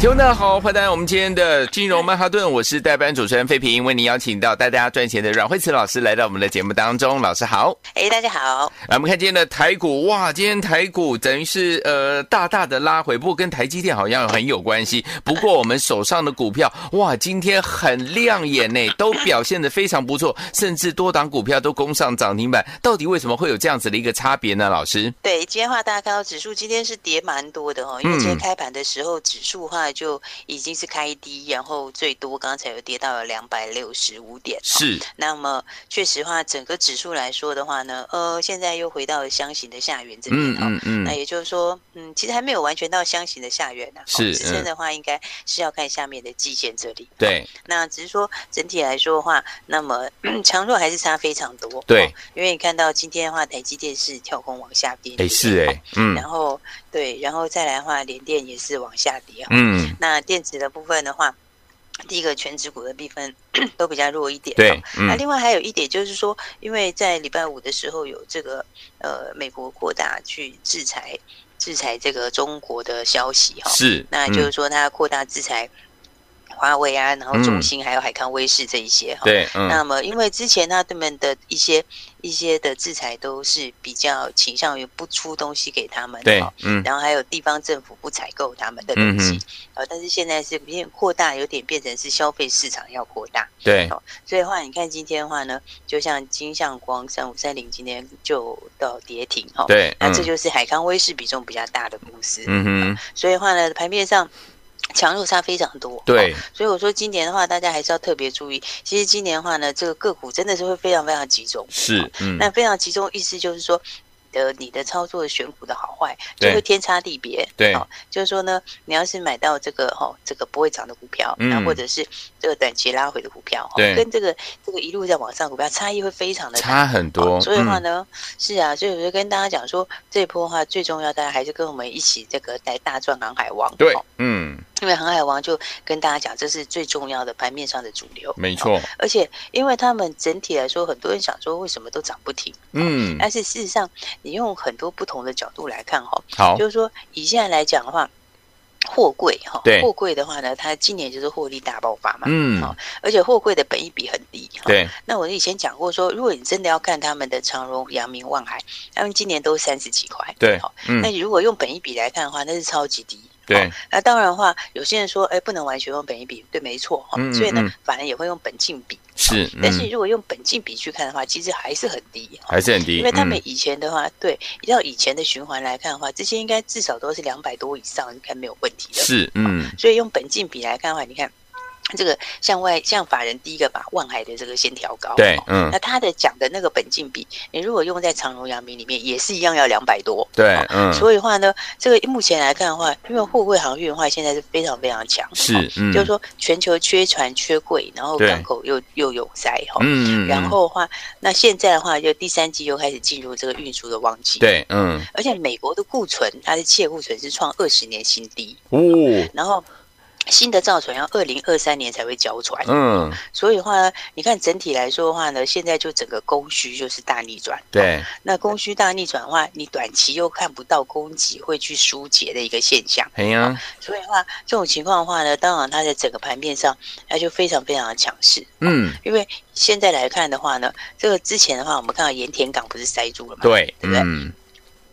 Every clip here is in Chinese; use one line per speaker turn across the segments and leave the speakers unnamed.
听众大家好，欢迎来到我们今天的金融曼哈顿，我是代班主持人费平，为您邀请到带大家赚钱的阮慧慈老师来到我们的节目当中，老师好。
哎，大家好。
啊，我们看今天的台股，哇，今天台股等于是呃大大的拉回，不过跟台积电好像很有关系。不过我们手上的股票，哇，今天很亮眼呢，都表现得非常不错，甚至多档股票都攻上涨停板。到底为什么会有这样子的一个差别呢？老师，
对，今天的话大家看到指数今天是跌蛮多的哦，因为今天
嗯
开盘的时候指数的话就已经是开低，然后最多刚才有跌到了两百六十五点。哦
是
那么确实话，整个指数来说的话呢，呃，现在又回到了箱型的下缘这边
嗯
哦。
嗯
那
嗯，
也就是说，嗯，其实还没有完全到箱型的下缘呢、啊。
是
支撑
嗯
的话，应该是要看下面的季线这里。
对，
那只是说整体来说的话，那么 强弱还是差非常多。
对
哦因为你看到今天的话，台积电是跳空往下跌，
哎
对不对
是哎，嗯
然后对，然后再来的话，联电也是往下跌。哦
嗯，
那电子的部分的话，第一个全指股的部分 都比较弱一点。
对
哦，那、
嗯
另外还有一点就是说，因为在礼拜五的时候有这个呃美国扩大去制裁制裁这个中国的消息哈、哦
是，
那
嗯
就是说它扩大制裁华为啊，然后中兴还有海康威视这一些哈、
嗯对，嗯
那么，因为之前他们的一些一些的制裁都是比较倾向于不出东西给他们，
对
哈，
嗯，
然后还有地方政府不采购他们的
嗯
东西
哼，
呃、但是现在是变扩大，有点变成是消费市场要扩大，
对，
所以的话，你看今天的话呢，就像金相光三五三零今天就到跌停哈，哦，
对，
那
嗯
这就是海康威视比重比较大的公司，
嗯哼，
所以的话呢，盘面上强弱差非常多，哦
对，
所以我说今年的话，大家还是要特别注意。其实今年的话呢，这个个股真的是会非常非常集中。哦
是，嗯，
那非常集中，意思就是说，的你的操作选股的好坏
对
就会天差地别。
对
哦，就是说呢，你要是买到这个哦，这个不会涨的股票，
嗯
那或者是这个短期拉回的股票，哦
对
跟这个这个一路在往上的股票差异会非常的大。
差很多，
哦所以的话
嗯
呢，是啊，所以我就跟大家讲说，这一波的话最重要，大家还是跟我们一起这个来大赚航海王。
对
哦，
嗯，
因为航海王就跟大家讲，这是最重要的盘面上的主流，
没
哦。
错，
而且，因为他们整体来说，很多人想说为什么都涨不停，哦
嗯，
但是事实上，你用很多不同的角度来看哈，
好
就，是说以现在来讲的话，货柜哈
对，
货柜的话呢，它今年就是获利大爆发嘛，
嗯，
好而且货柜的本益比很低。哈，
对，
那我以前讲过说，如果你真的要看他们的长荣、阳明、望海，他们今年都三十几块，
对
好，
嗯
那，你如果用本益比来看的话，那是超级低。
对
哦，那当然的话，有些人说，哎，不能完全用本益比，对，没错哈、
嗯
所以呢，
嗯嗯
反而也会用本净比。
是，
但是
嗯，
如果用本净比去看的话，其实还是很低。哈
还是很低，
因为他们
嗯
以前的话，对，要以前的循环来看的话，这些应该至少都是两百多以上，应该没有问题的。
是，嗯，
所以用本净比来看的话，你看这个向外向法人第一个把万海的这个先调高，
对
哦，
嗯，
那他的讲的那个本净比，你如果用在长荣、阳明里面，也是一样要两百多。
对
哦，
嗯，
所以的话呢，这个目前来看的话，因为货柜航运的话，现在是非常非常强，
是
哦，
嗯，
就是，说全球缺船缺柜，然后
对
港口又又有塞哈，哦
嗯，嗯
然
嗯
后的话，那现在的话，就第三季又开始进入这个运输的旺季，，
对，嗯，
而且美国的库存，它的企业库存是创二十年新低，
哦，
然后。新的造船要二零二三年才会交船，
嗯，
所以的话呢，你看整体来说的话呢，现在就整个供需就是大逆转。
对，
那供需大逆转的话，你短期又看不到供给会去疏解的一个现象，
嘿呀，
所以的话，这种情况的话呢，当然它在整个盘面上，它就非常非常的强势。
嗯，
因为现在来看的话呢，这个之前的话，我们看到盐田港不是塞住了嘛？。
对，
对不对
嗯，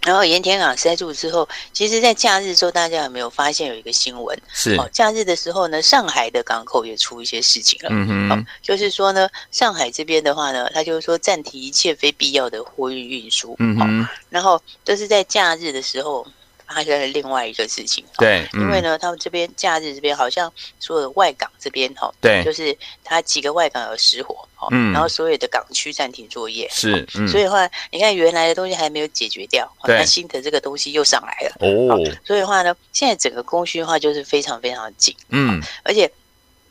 然后盐田港塞住之后，其实在假日之后，大家有没有发现有一个新闻？
是，
哦，假日的时候呢，上海的港口也出一些事情了。
嗯
哦
哼，，
就是说呢，上海这边的话呢，它就是说暂停一切非必要的货运运输。
嗯
哦，
哼，
然后这是在假日的时候发生了另外一个事情。哦，
对，
因为
嗯，
呢，他们这边假日这边好像所有的外港这边哈，哦
对
就，是它几个外港有失火，哦，
嗯
然后所有的港区暂停作业。
是，嗯，
所以的话，你看原来的东西还没有解决掉，哦
对
那新的这个东西又上来了。
哦，
所以的话呢，现在整个供需的话就是非常非常紧，
嗯，
而且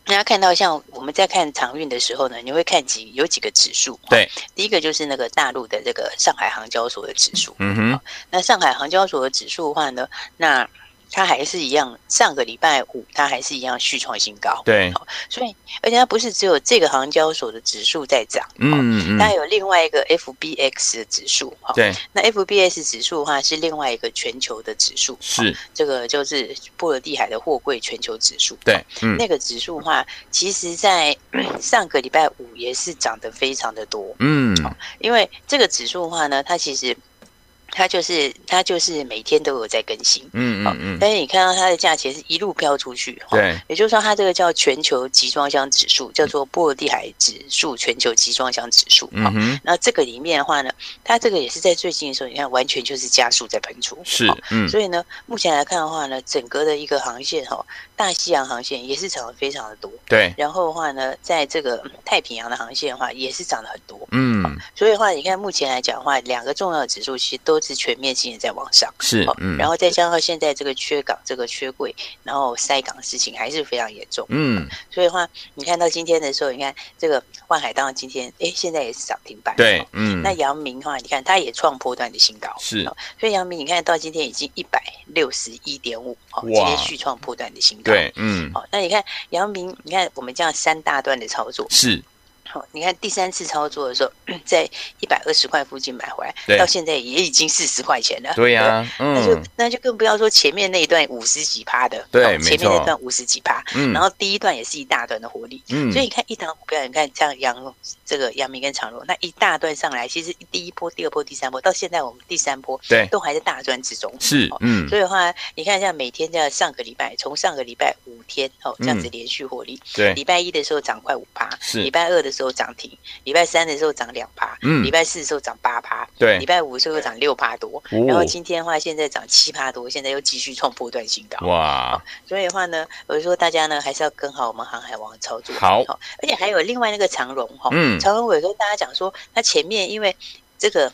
大家看到像我们在看长运的时候呢，你会看几有几个指数，哦
对，
第一个就是那个大陆的这个上海航交所的指数，
嗯哼，
那上海航交所的指数的话呢，那它还是一样，上个礼拜五它还是一样续创新高，
对，
所以而且它不是只有这个航交所的指数在涨，哦，
嗯嗯
它还
嗯，
有另外一个 FBX 的指数，哈，
对，
那 FBS 指数的话是另外一个全球的指数，哦，
是，
这个就是波罗的海的货柜全球指数，
对，嗯
那个指数的话，其实在嗯上个礼拜五也是涨得非常的多，
嗯，
因为这个指数的话呢，它其实它就是它就是每天都有在更新，
嗯
好
嗯嗯，
但是你看到它的价钱是一路飙出去，哦，
对，
也就是说它这个叫全球集装箱指数，叫做波罗的海指数全球集装箱指数，
嗯
好
哼，
那这个里面的话呢，它这个也是在最近的时候，你看完全就是加速在喷出，
是
好，
嗯
哦所以呢，目前来看的话呢，整个的一个航线哈、哦，大西洋航线也是涨得非常的多，
对，
然后的话呢，在这个嗯太平洋的航线的话，也是涨得很多。
嗯
所以的话，你看目前来讲的话，两个重要的指数其实都是全面性的在往上。
是
哦，
嗯
然后再加上现在这个缺港、这个缺柜，然后塞港事情还是非常严重。
嗯，
所以的话，你看到今天的时候，你看这个万海，当然今天诶现在也是涨停板。
对
哦，
嗯，
那阳明的话，你看它也创波段的新高。
是
哦所以阳明你看到今天已经一百六十一点五，哦，今
哇
天续创波段的新高。。
对，嗯
好、那你哦看阳明，你看我们这样三大段的操作，
是，
好、你看第三次操作的时候， 在一百二十块附近买回
对
来，到现在也已经四十块钱了。
对呀，
对那就
嗯
那就更不要说前面那一段五十几趴的，
对
好
没错
前面那段五十几趴，
嗯
然后第一段也是一大段的活力。
嗯，
所以你看一档股票，你看像阳这个阳明跟长荣那一大段上来，其实第一波、第二波、第三波，到现在我们第三波
对
都还在大赚之中。
是
哦，
嗯
所以的话，你看一下每天这样上个礼拜，从上个礼拜五天哦，这样子连续获利，
嗯对，
礼拜一的时候涨快五趴，
是
礼拜二的时候涨停，礼拜三的时候涨两趴，
嗯
礼拜四的时候涨八趴，
对
礼拜五的时候涨六趴多，
哦
然后今天的话现在涨七趴多，现在又继续创波段新
哦
高。
哇，
所以的话呢，我就说大家呢还是要跟好我们航海王的操作。
好
哦而且还有另外那个长荣哈，
嗯
长荣我有跟大家讲说，它前面因为这个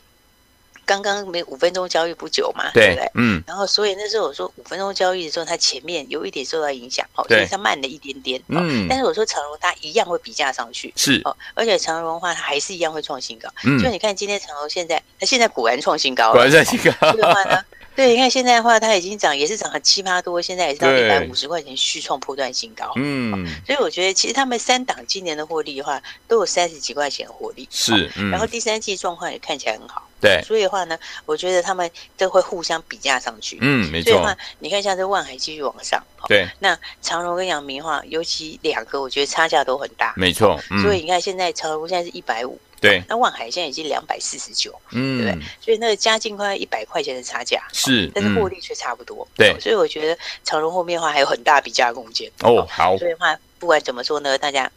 刚刚没五分钟交易不久嘛，对
对
不对？，
嗯
然后，所以那时候我说五分钟交易的时候，它前面有一点受到影响，哦，
对
所以它慢了一点点。哦
嗯
但是我说长荣它一样会比价上去，
是，
哦，而且长荣的话它还是一样会创新高。
嗯
所以，你看今天长荣现在，它现在果然创新高
果
了。
然在这
这个话
个，
呢，对，你看现在的话它已经涨，也是涨了七八多，现在也是到一百
对
五十块钱续创破断新高。
嗯
所以我觉得其实他们三档今年的获利的话，都有三十几块钱的获利。哦。
是，嗯哎
然后第三季状况也看起来很好，
对，
所以的话呢，我觉得他们都会互相比价上去。
嗯没
所以的
错
话，，哦你看像这万海继续往上，好
对，
那长荣跟阳明的话，尤其两个，我觉得差价都很大。
没错，
所
嗯
以你看，现在长荣现在是一百五，
对，
那万海现在已经两百四十九，
嗯
所以那个加进快一百块钱的差价，
是，
但是获
嗯
利却差不多。
对
所以我觉得长荣后面的话还有很大比价空间。
哦好
所以的话，不管怎么说呢，大家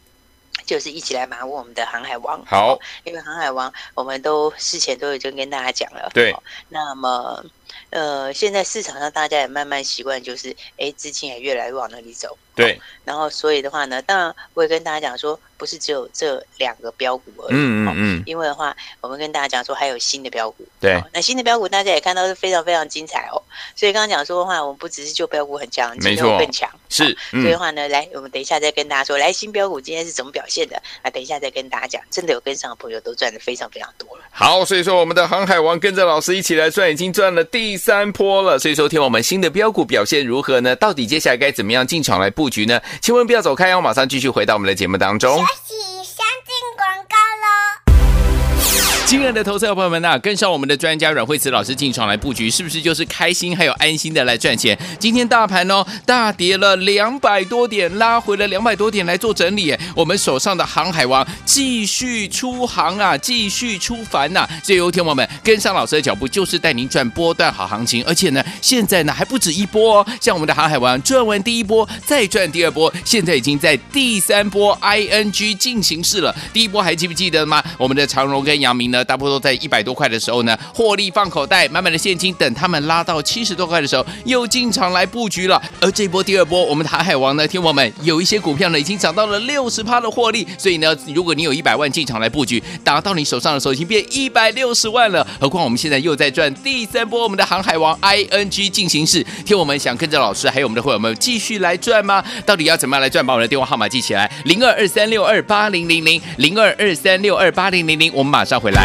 就是一起来把握我们的航海王。
好，
因为航海王我们都事前都已经跟大家讲了，
对
哦那么，呃，现在市场上大家也慢慢习惯，就是哎，资金也越来越往那里走。
对，
然后，所以的话呢，当然我也跟大家讲说，不是只有这两个标股而已。
嗯
哦
嗯嗯
因为的话，我们跟大家讲说还有新的标股，
对
哦那新的标股大家也看到是非常非常精彩哦。所以刚刚讲说的话，我们不只是就标股很强，
没
今
错
天更强，
是
哦
嗯
所以的话呢，来我们等一下再跟大家说，来新标股今天是怎么表现的啊？等一下再跟大家讲，真的有跟上的朋友都赚的非常非常多了。
好，所以说我们的航海王跟着老师一起来赚，已经赚了第三波了。所以说，听我们新的标股表现如何呢？到底接下来该怎么样进场来布局呢？千万不要走开哦，马上继续回到我们的节目当中。
洗相进广告喽。
亲爱的投资者朋友们呐、跟上我们的专家阮慧慈老师进场来布局，是不是就是开心还有安心的来赚钱？今天大盘哦大跌了两百多点，拉回了两百多点来做整理耶。我们手上的航海王继续出航啊，继续出帆啊呐、所以，有天我们跟上老师的脚步，就是带您赚波段好行情。而且呢，现在呢还不止一波哦，像我们的航海王赚完第一波，再赚第二波，现在已经在第三波 ING 进行式了。第一波还记不记得吗？我们的长荣跟阳明呢？呢，大部分都在一百多块的时候呢，获利放口袋，满满的现金。等他们拉到七十多块的时候，又进场来布局了。而这波第二波，我们的航海王呢，听我们有一些股票呢，已经涨到了六十趴的获利。所以呢，如果你有一百万进场来布局，打到你手上的时候，已经变一百六十万了。何况我们现在又在赚第三波我们的航海王 ING 进行式。听我们想跟着老师还有我们的会员们继续来赚吗？到底要怎么样来赚？把我们的电话号码记起来：零二二三六二八零零零零二二三六二八零零零。我们马上回来。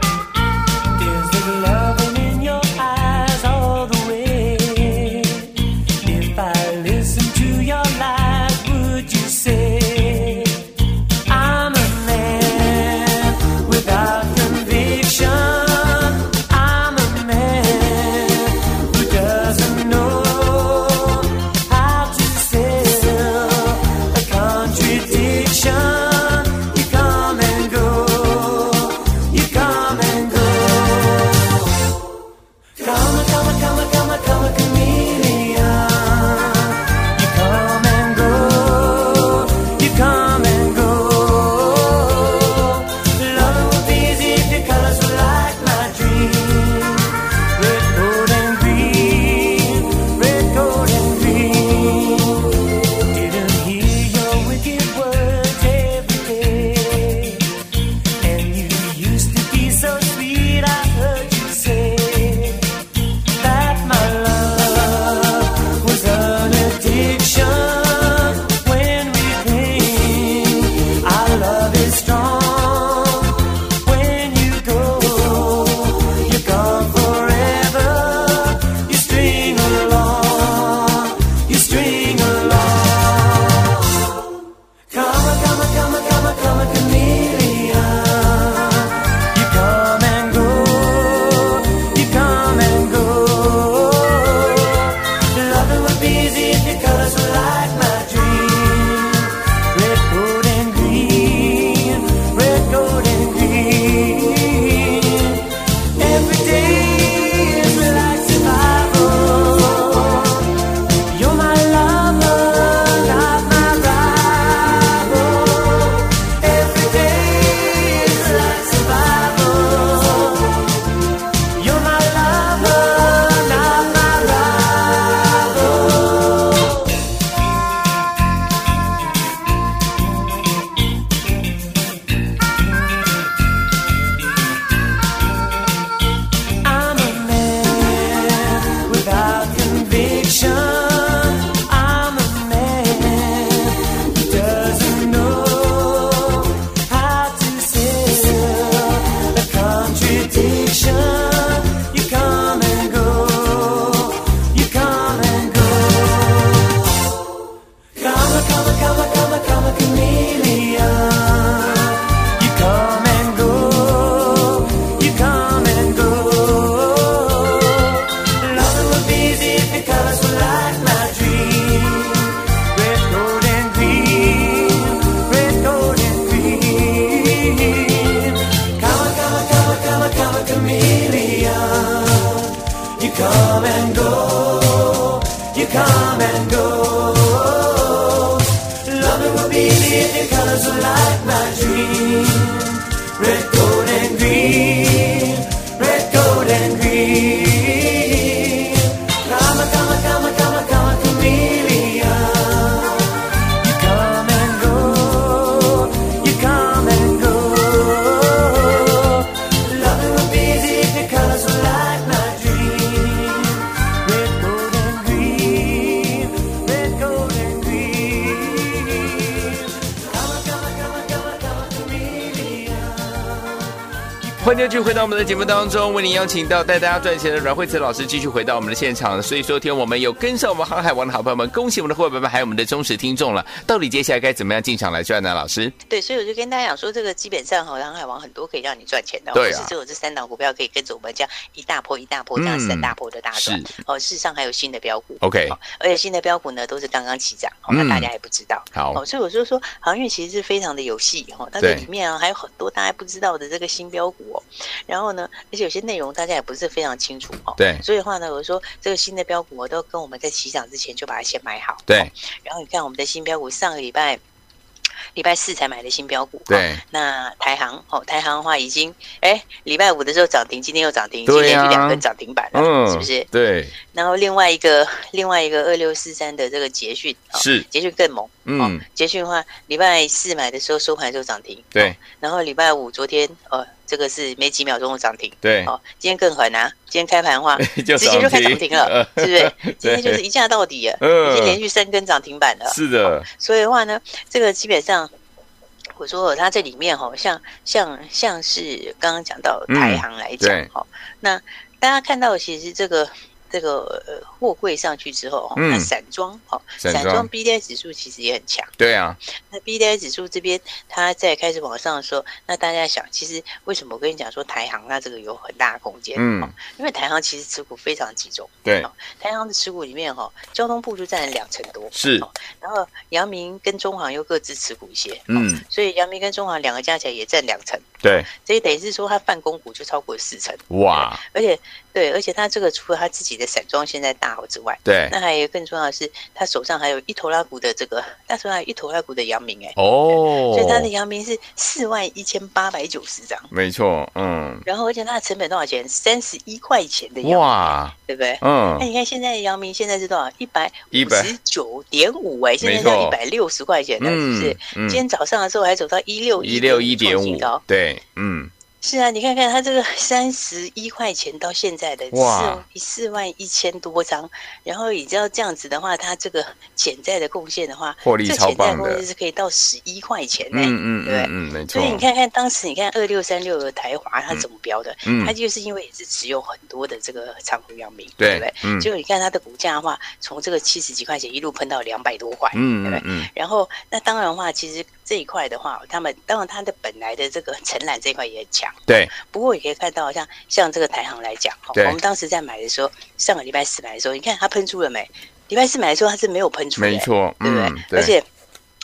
There's a loving in your eyes all the way. If I listen to your lies, would you say I'm a man without conviction? I'm a man who doesn't know how to sell a contradiction. You come and go, you come and go. Come, come, come, come, come, chameleon. You come and go, you come and go. Love would be easy if your colors were like my dream. Red, gold, and green. Red, gold, and green. Didn't hear your wicked words every day. And you used to be so sweet, I heard you say that my love was an addiction. When we cling, our love is strong. When you go, you're gone forever. You string along, you string along. Come, come, come, come, come, chameleon. You come and go, you come and go. Loving would be easy if your colors were like my dream. Red, gold, and green, red, gold, and green. Every day is relaxed survival. You're my lover, not my rival. Every day is like survival. You're my lover, not my rival. I'm a man without conviction. I'm a man who doesn't know how to sell a contradiction. You come and go, you come and go. Come, come, come, come, come, chameleon. You come and go, you come and go. Love would be easy if your colors come and go. London will be near the colors of light, my dream. Red, gold, and green. Red, gold, and green. Come, on, come, on, come, on, come, on, come, on, chameleon. You come and go, you come and go. Loving will be the colors of light, my dream. Red, gold, and green. Red, gold, and green. Come on, come on, come on, come on, come on, chameleon.
欢迎继续回到我们的节目当中，为您邀请到带大家赚钱的阮慧慈老师继续回到我们的现场。所以，昨天我们有跟上我们航海王的好朋友们，恭喜我们的伙伴们，还有我们的忠实听众了。到底接下来该怎么样进场来赚呢？老师，
对，所以我就跟大家讲说，这个基本上哈，航海王很多可以让你赚钱的哦，
对啊
不是只有这三档股票可以跟着我们这样一大波一大波这样
嗯
三大波的大赚、
是
哦。事实上还有新的标股
OK
哦而且新的标股呢都是刚刚起涨，哦，
嗯
那大家还不知道。
好
哦，所以我就说航运其实是非常的有戏哈、哦，它
对
这里面啊还有很多大家不知道的这个新标股哦。然后呢，而且有些内容大家也不是非常清楚哦。
对
所以的话呢，我说这个新的标股我都跟我们在起涨之前就把它先买好。
对
哦然后你看我们的新标股，上个礼拜礼拜四才买的新标股，
对
哦那台行哦，台行的话已经哎，礼拜五的时候涨停，今天又涨停，今
对
天
啊嗯
就两根涨停板了，是不是？
对，
然后另外一个另外一个二六四三的这个捷讯，哦、
是
捷讯更猛，
嗯
哦，捷讯的话，礼拜四买的时候收盘就涨停，
对
然后礼拜五昨天呃，这个是没几秒钟的涨停，
对，
哦，今天更狠啊，今天开盘 的话
就
直接就开涨停了，
呃
是不是？今
对
天就是一价到底了，
嗯
已经连续三根涨停板了，
是的，
所以的话呢，这个基本上。我说它这里面哦，像像像是刚刚讲到
嗯
台行来讲
对
哦，那大家看到其实这个这个呃货柜上去之后哦，
嗯
那散装哦，
散装
B D I 指数其实也很强。
对啊，
那 B D I 指数这边它在开始往上的时候，那大家想，其实为什么我跟你讲说台行它这个有很大的空间？
嗯
哦，因为台行其实持股非常集中，
对，
台行的持股里面哈、哦，交通部就占了两成多，
是
哦然后阳明跟中航又各自持股一些，哦，
嗯，
所以阳明跟中航两个加起来也占两成，
对，
所以等于是说它泛公股就超过四成，
哇，
而且对，而且它这个除了它自己的散装现在大好之外，
对，
那还有更重要的是，它手上还有一头拉股的这个， 那手上还有一头拉股的阳明哎、
哦
所以它的阳明是四万一千八百九十张，
没错，嗯，
然后而且它的成本多少钱？三十一块钱的阳，
哇，
对不对？
嗯
那，你看现在阳明现在是多少？一百五十
100
九点五哎，现在要
没
一
错
百六十块钱呢，是不是？
嗯
今天早上的时候还走到一六
一六一点
新
五
高，，
对，嗯，
是啊，你看看它这个 三十一块钱到现在的
哇
四四万一千多张，然后你知道这样子的话，它这个潜在的贡献的话，
获利
这
超
潜在
棒
贡
的
献，是可以到十一块钱呢、
嗯嗯嗯
对不对？
嗯，没错
所以，你看看当时，你看二六三六的台华，它
嗯
怎么标的？
嗯
它就是因为也是持有很多的这个长虹阳明，
对
不对？
嗯
结果你看它的股价的话，从这个七十几块钱一路喷到两百多块，
嗯
对不对
嗯嗯，
然后，那当然的话，其实这一块的话，他们当然它的本来的这个承揽这一块也很强，
对，
不过也可以看到像，像这个台行来讲，哦，
对
我们当时在买的时候，上个礼拜四买的时候，你看它喷出了没？礼拜四买的时候它是没有喷出的，
没，错，
对不对？
嗯，
而且。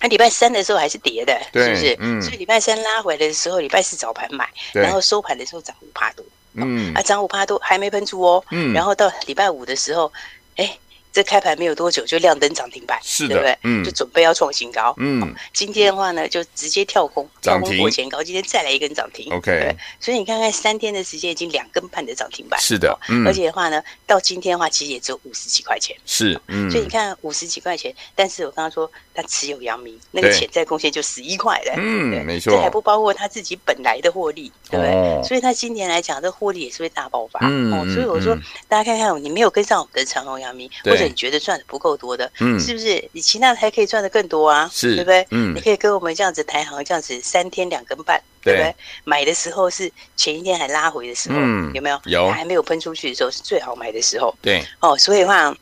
那礼拜三的时候还是跌的，
对
是不是？
嗯
所以礼拜三拉回来的时候，礼拜四早盘买，
对
然后收盘的时候涨五帕多，
嗯
啊，涨五帕多还没喷出哦。
嗯
然后到礼拜五的时候，哎，这开盘没有多久就亮灯涨停板，
是
对不
的
对？
嗯
就准备要创新高。
嗯，
今天的话呢，就直接跳空，
涨
跳
停
空过前高，今天再来一根涨停。
OK
对所以你看看三天的时间已经两根半的涨停板，
是的
哦
嗯
而且的话呢，到今天的话其实也只有五十几块钱，
是，嗯
所以你看五十几块钱，但是我刚刚说他持有阳明，那个
对
潜在贡献就十一块了。对
嗯，没
这还
错，
不包括他自己本来的获利，对不对？
哦
所以他今年来讲，这获利也是会大爆发。
嗯
哦，
嗯
所以我说，
嗯
大家看看，你没有跟上我们的长虹、阳明，
对
或者你觉得赚的不够多的，
嗯
是不是？你其他的还可以赚的更多啊，
是
对不对？
嗯
你可以跟我们这样子台行这样子三天两根半，
对
对不对？买的时候是前一天还拉回的时候，
嗯
有没有？
有
还没有喷出去的时候是最好买的时候
对，
哦。所以的话，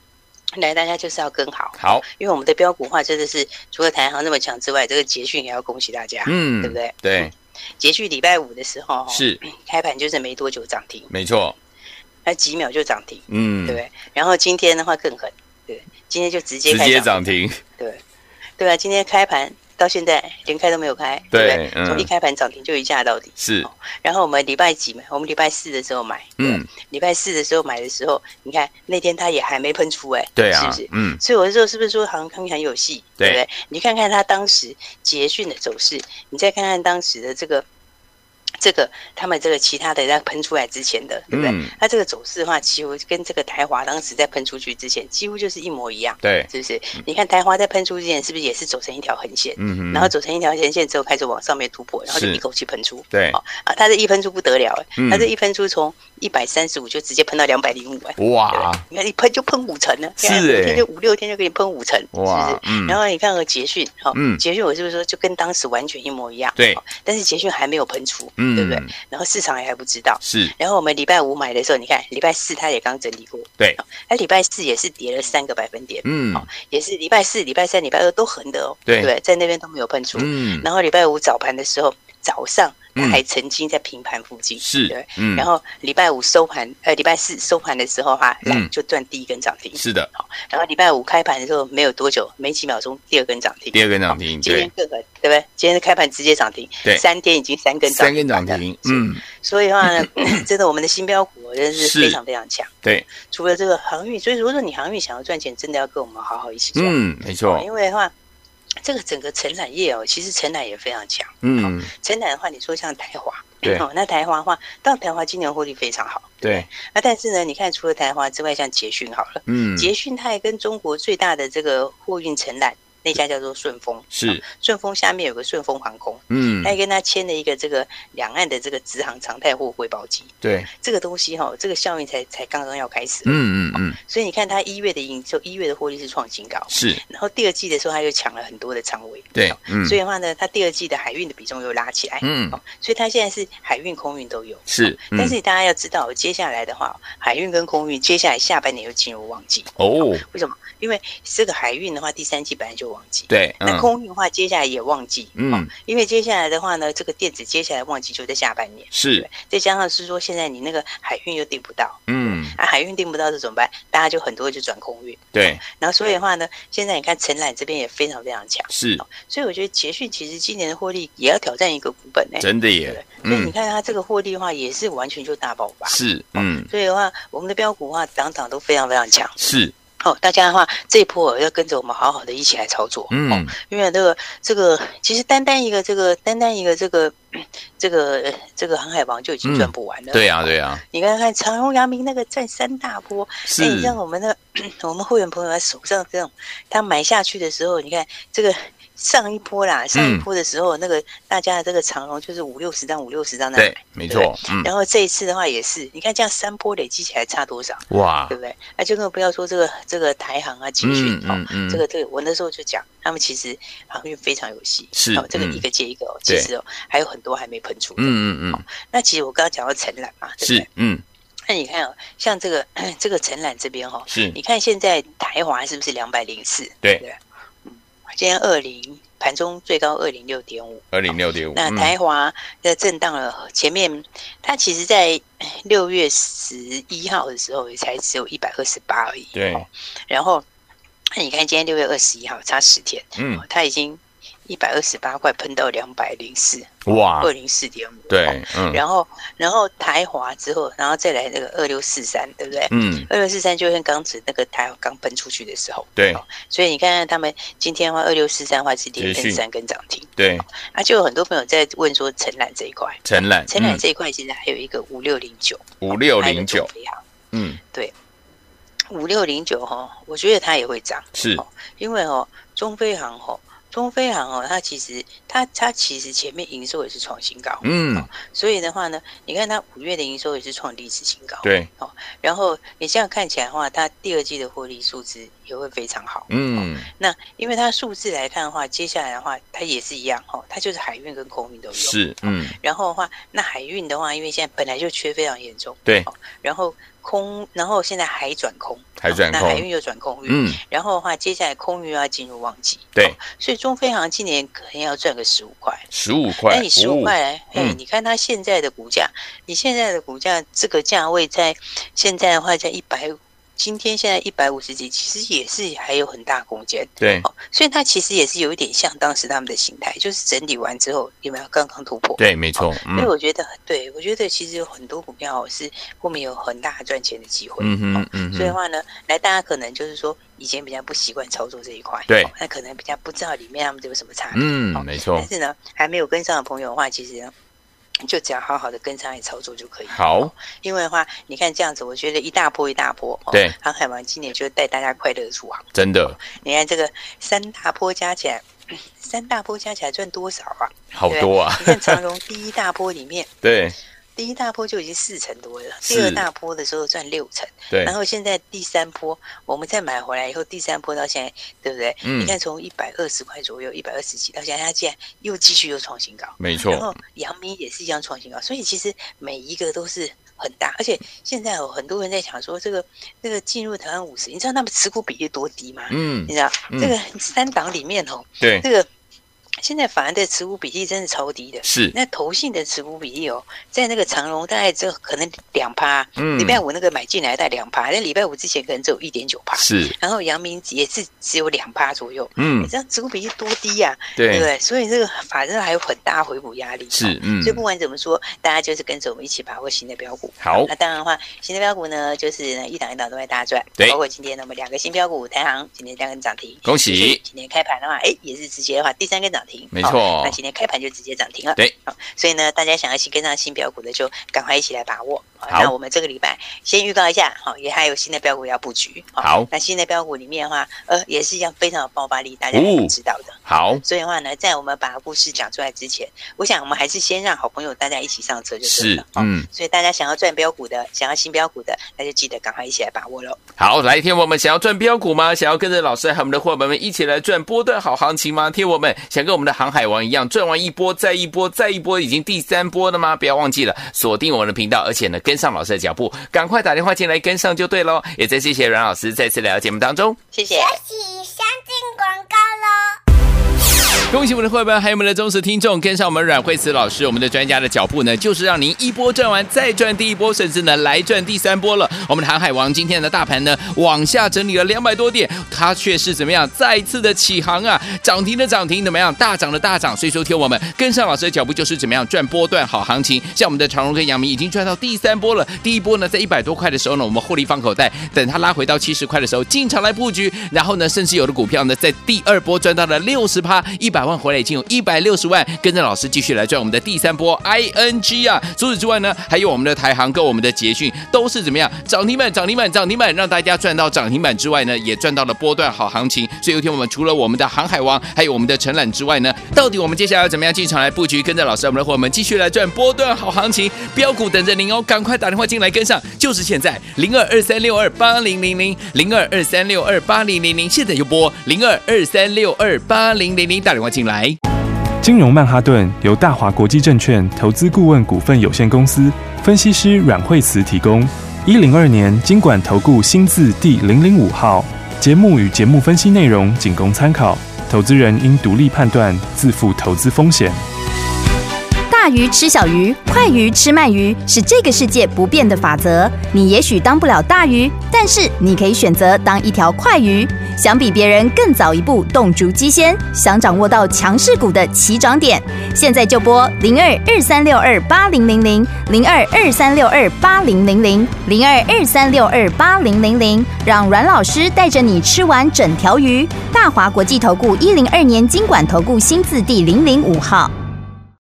来大家就是要跟好。
好，
因为我们的标股化真的是除了台行那么强之外，这个捷讯也要恭喜大家，
嗯，
对不对？
对，
捷讯礼拜五的时候，哦
是
开盘就是没多久涨停，
没错，
那几秒就涨停，
嗯
对不，对？然后今天的话更狠，对，今天就直接
直
开
接涨，停，
对，对啊，今天开盘到现在连开都没有开，
对
不对？
嗯
从一开盘涨停就一价到底。
是，
然后我们礼拜几买？我们礼拜四的时候买，
嗯，
礼拜四的时候买的时候，你看那天它也还没喷出、哎，
对
是
啊
不是，？
嗯，
所以我就说，是不是说航空很有戏，
对
对不对？你看看它当时捷讯的走势，你再看看当时的这个。这个他们这个其他的在喷出来之前的，对不对？
嗯
它这个走势的话，其实跟这个台华当时在喷出去之前，几乎就是一模一样，
对，
是不是？你看台华在喷出之前，是不是也是走成一条横线？
嗯哼，
然后走成一条线线之后，开始往上面突破，然后就是一口气喷出。
对
哦啊，它这一喷出不得了，哎
嗯
它这一喷出从一百三十五就直接喷到两百零五，哎，
哇，
你看一喷就喷五成了，
啊是
你看五
哎
天就五六天就给你喷五成，是不
哇
是？
嗯
然后你看个捷讯，哈、
嗯
捷讯我是不是说就跟当时完全一模一样？
对
哦但是捷讯还没有喷出，
嗯
对不对？然后市场也还不知道。
是，
然后我们礼拜五买的时候，你看礼拜四它也刚整理过，
对，
哦它礼拜四也是跌了三个百分点，
嗯
哦，也是礼拜四、礼拜三、礼拜二都横的哦，
对
不对？在那边都没有喷出，
嗯，
然后礼拜五早盘的时候，早上它
嗯
还曾经在平盘附近，
是
对。，
嗯，
然后礼拜五收盘，呃，礼拜四收盘的时候哈、
嗯
来就赚第一根涨停。
是的，
然后礼拜五开盘的时候没有多久，没几秒钟，第二根涨停。
第二根涨停，
今天
对，
各个对不对？今天的开盘直接涨停，
对
三天已经三根
三
涨
根
停板了，
涨停，
是
嗯，
所以的话呢， 真的我们的新标股真的是
是
非常非常强。
对，
除了这个航运，所以如果说你航运想要赚钱，真的要跟我们好好一起赚，
嗯，没错，
因为的话，这个整个承揽业哦，其实承揽也非常强。
嗯，
承揽的话，你说像台华，
对
哦，那台华的话，当然台华今年获利非常好，
对，
那啊但是呢，你看除了台华之外，像捷讯好了，
嗯，
捷讯它也跟中国最大的这个货运承揽那家叫做顺丰，
是，
顺丰下面有个顺丰航空，
嗯
它，也跟他签了一个这个两岸的这个直航常态货汇报机，
对，
这个东西哈、这个效应才才刚刚要开始，
嗯嗯嗯，
所以你看它一月的营收，一月的获利是创新高，
是，
然后第二季的时候它又抢了很多的仓位，
对
哦，
嗯，
所以的话呢，它第二季的海运的比重又拉起来，
嗯
哦，所以它现在是海运、空运都有。哦
是，
但
嗯
是大家要知道，接下来的话，海运跟空运接下来下半年又进入旺季，
哦，
为什么？因为这个海运的话，第三季本来就旺季，
对，
那
嗯，
空运的话，接下来也旺季，
嗯
哦因为接下来的话呢，这个电子接下来旺季就在下半年，
是，
再加上是说现在你那个海运又订不到，
嗯，
啊，海运订不到是怎么办？大家就很多就转空运，
对，
然后所以的话呢，现在你看承揽这边也非常非常强，
是，
所以我觉得捷讯其实今年的获利也要挑战一个股本呢、
真的
哎对不
耶
对，所以你
嗯，
看它这个获利的话，也是完全就大爆发。
是，嗯，
所以的话，我们的标股的话，涨涨都非常非常强。
是，
哦，大家的话，这一波要跟着我们好好的一起来操作。
嗯，
因为这个这个，其实单单一个这个单单一个这个这个呃这个航海王就已经赚不完了。
嗯对呀，对啊呀，
你看看长荣、阳明那个赚三大波，
是
哎，你像我们的 我们会员朋友他手上这种，他买下去的时候，你看这个。上一波
嗯
啦，上一波的时候，那个大家的这个长荣就是五六十张，五六十张的
对
买，，
没
对不
错，嗯，
然后这一次的话也是，你看这样三波累积起来差多少，
哇
对，不对？那就更不要说这个这个台航啊、捷讯
嗯
哦
嗯，嗯，
这个这个，我那时候就讲，他们其实航运非常有戏，
是
哦，这个
嗯
一个接一个哦，其
对
实哦还有很多还没喷出。，
嗯嗯嗯，
那其实我刚刚讲到承揽嘛，对不
是
对？，
嗯
那你看哦，像这个 这个承揽这边哦哈，
是
你，看现在台华是不是两百零四？
对，
嗯今天二零盘中最高二零六点五，
二零六点五，嗯
那台华在震荡了，前面它其实在六月十一号的时候也才只有一百二十八而已，
对，
然后那你看今天六月二十一号，差十天。
嗯，
它已经一百二十八块喷到两百零四，
哇
二，零四点五。
啊对，嗯，
然后然后台华之后，然后再来那个二六四三，对不对？
嗯，
二六四三就跟刚指那个台刚喷出去的时候，哦
对
所以你看看他们今天的话，二六四三的话是连
持
喷
续
三根涨停，
对，
啊，就有很多朋友在问说承揽这一块，
承揽，
承揽这一块其实还有一个五六零九，
五六
还有一
零
个中
九，
飞航
嗯，
五六零九哈，我觉得它也会涨，
是，
因为哦，中飞航哦，中飞航哦，它其实它它其实前面营收也是创新高，哦
嗯，
所以的话呢，你看它五月的营收也是创历史新高，。
对，
然后你这样看起来的话，它第二季的获利数字也会非常好。
嗯，
那因为它数字来看的话，接下来的话，它也是一样哦，它就是海运跟空运都有。。
是，嗯，
然后的话，那海运的话，因为现在本来就缺非常严重，
对，
然后空，然后现在海转空，啊
海转
那海
空
运，又转空运，
嗯，
然后的话，接下来空运又要进入旺季，哦
对，
所以中飞航今年可能要赚个十五块。
十五
那
块
你，十五块，哎、
嗯
你看它现在的股价，你现在的股价这个价位在现在的话在一百今天现在一百五十几，其实也是还有很大空间。
对
哦，所以它其实也是有一点像当时他们的形态，就是整理完之后有没有刚刚突破？
对，没错，
所
嗯
以我觉得，对我觉得其实有很多股票是后面有很大赚钱的机会。
嗯
哦
哼嗯
所以的
哼，
话呢，来大家可能就是说以前比较不习惯操作这一块，
对
哦那可能比较不知道里面他们有什么差别。
嗯，没错
但，是呢，还没有跟上的朋友的话，其实呢就只要好好的跟上来操作就可以。
好，
因为的话，你看这样子，我觉得一大波一大波。哦
对，
航海王今年就带大家快乐地出航。
真的
你看这个三大波加起来， 三大波加起来赚多少啊？
好多 啊，
你看长荣第一大波里面，
对
第一大波就已经四成多了，
是
第二大波的时候赚六成，
对
然后现在第三波，我们再买回来以后，第三波到现在，对不对？
嗯
你看从一百二十块左右，一百二十几到现在，它竟然又继续又创新高，
没
然
错，
后阳明也是一样创新高，所以其实每一个都是很大，而且现在有很多人在想说，这个这个进入台湾五十，你知道他们持股比例多低吗？
嗯
你，知道、
嗯
这个三档里面哦，
对，
这个现在法人的持股比例真的超低的，
是，
那投信的持股比例哦，在那个长荣大概只有可能两趴，
嗯
礼拜五那个买进来大概两趴，在礼拜五之前可能只有一点九趴，
是，
然后阳明也是只有两趴左右，
嗯
你，这样持股比例多低呀、对不
对，
对？所以这个反正还有很大回补压力，
是，
哦
嗯
所以，不管怎么说，大家就是跟着我们一起把握新的标股。
好
那当然的话，新的标股呢，就是呢一档一档都在大赚。
对
包括今天呢，我们两个新标股，台行今天两根涨停，
恭喜
就是今天开盘的话，哎，也是直接的话第三根涨停，
没错
那今天开盘就直接涨停了。
对
好，所以呢，大家想要一起跟上新标股的，就赶快一起来把握。好
好
那我们这个礼拜先预告一下，好，也还有新的标股要布局。
好
那新的标股里面的话，呃，也是一样非常有爆发力，大家
哦
也知道的。
好，
所以的话呢，在我们把故事讲出来之前，我想我们还是先让好朋友大家一起上车就对
是
了。，哦
嗯。
所以大家想要赚标股的，想要新标股的，那就记得赶快一起来把握喽。
好，来，天我们想要赚标股吗？想要跟着老师和我们的伙伴们一起来赚波段好行情吗？天我们想跟我们的航海王一样，赚完一波再一波再一波，已经第三波了吗？不要忘记了锁定我们的频道，而且呢跟上老师的脚步，赶快打电话进来跟上就对喽。也再谢谢阮老师再次来到节目当中。
谢谢。
学习相进广告喽。
恭喜我们的会员，还有我们的忠实听众，跟上我们阮慧慈老师，我们的专家的脚步呢，就是让您一波赚完，再赚第一波，甚至呢来赚第三波了。我们的航海王今天的大盘呢往下整理了两百多点，它却是怎么样再次的起航啊，涨停的涨停，怎么样大涨的大涨。所以说，听我们跟上老师的脚步，就是怎么样赚波段好行情。像我们的长荣跟阳明已经赚到第三波了，第一波呢在一百多块的时候呢，我们获利放口袋，等它拉回到七十块的时候进场来布局，然后呢，甚至有的股票呢在第二波赚到了六十趴，一百万回来已经有一百六十万，跟着老师继续来赚我们的第三波 ING 啊。除此之外呢，还有我们的台航跟我们的捷讯都是怎么样涨停板、涨停板、涨停板，让大家赚到涨停板之外呢，也赚到了波段好行情。所以有天我们除了我们的航海王，还有我们的承揽之外呢，到底我们接下来要怎么样进场来布局？跟着老师，我们的伙伴们继续来赚波段好行情，标股等着您哦，赶快打电话进来跟上，就是现在零二二三六二八零零零零二二三六二八零零零，现在就拨零二二三六二八零零零打电话进来。
金融曼哈顿由大华国际证券投资顾问股份有限公司分析师阮惠慈提供。一零二年经管投顾新字第零零五号。节目与节目分析内容仅供参考，投资人应独立判断，自负投资风险。
大鱼吃小鱼，快鱼吃慢鱼，是这个世界不变的法则。你也许当不了大鱼，但是你可以选择当一条快鱼。想比别人更早一步动足机先，想掌握到强势股的起涨点，现在就拨零二二三六二八零零零零二二三六二八零零零零二二三六二八零零零，让阮老师带着你吃完整条鱼。大华国际投顾一零二年经管投顾新字第零零五号。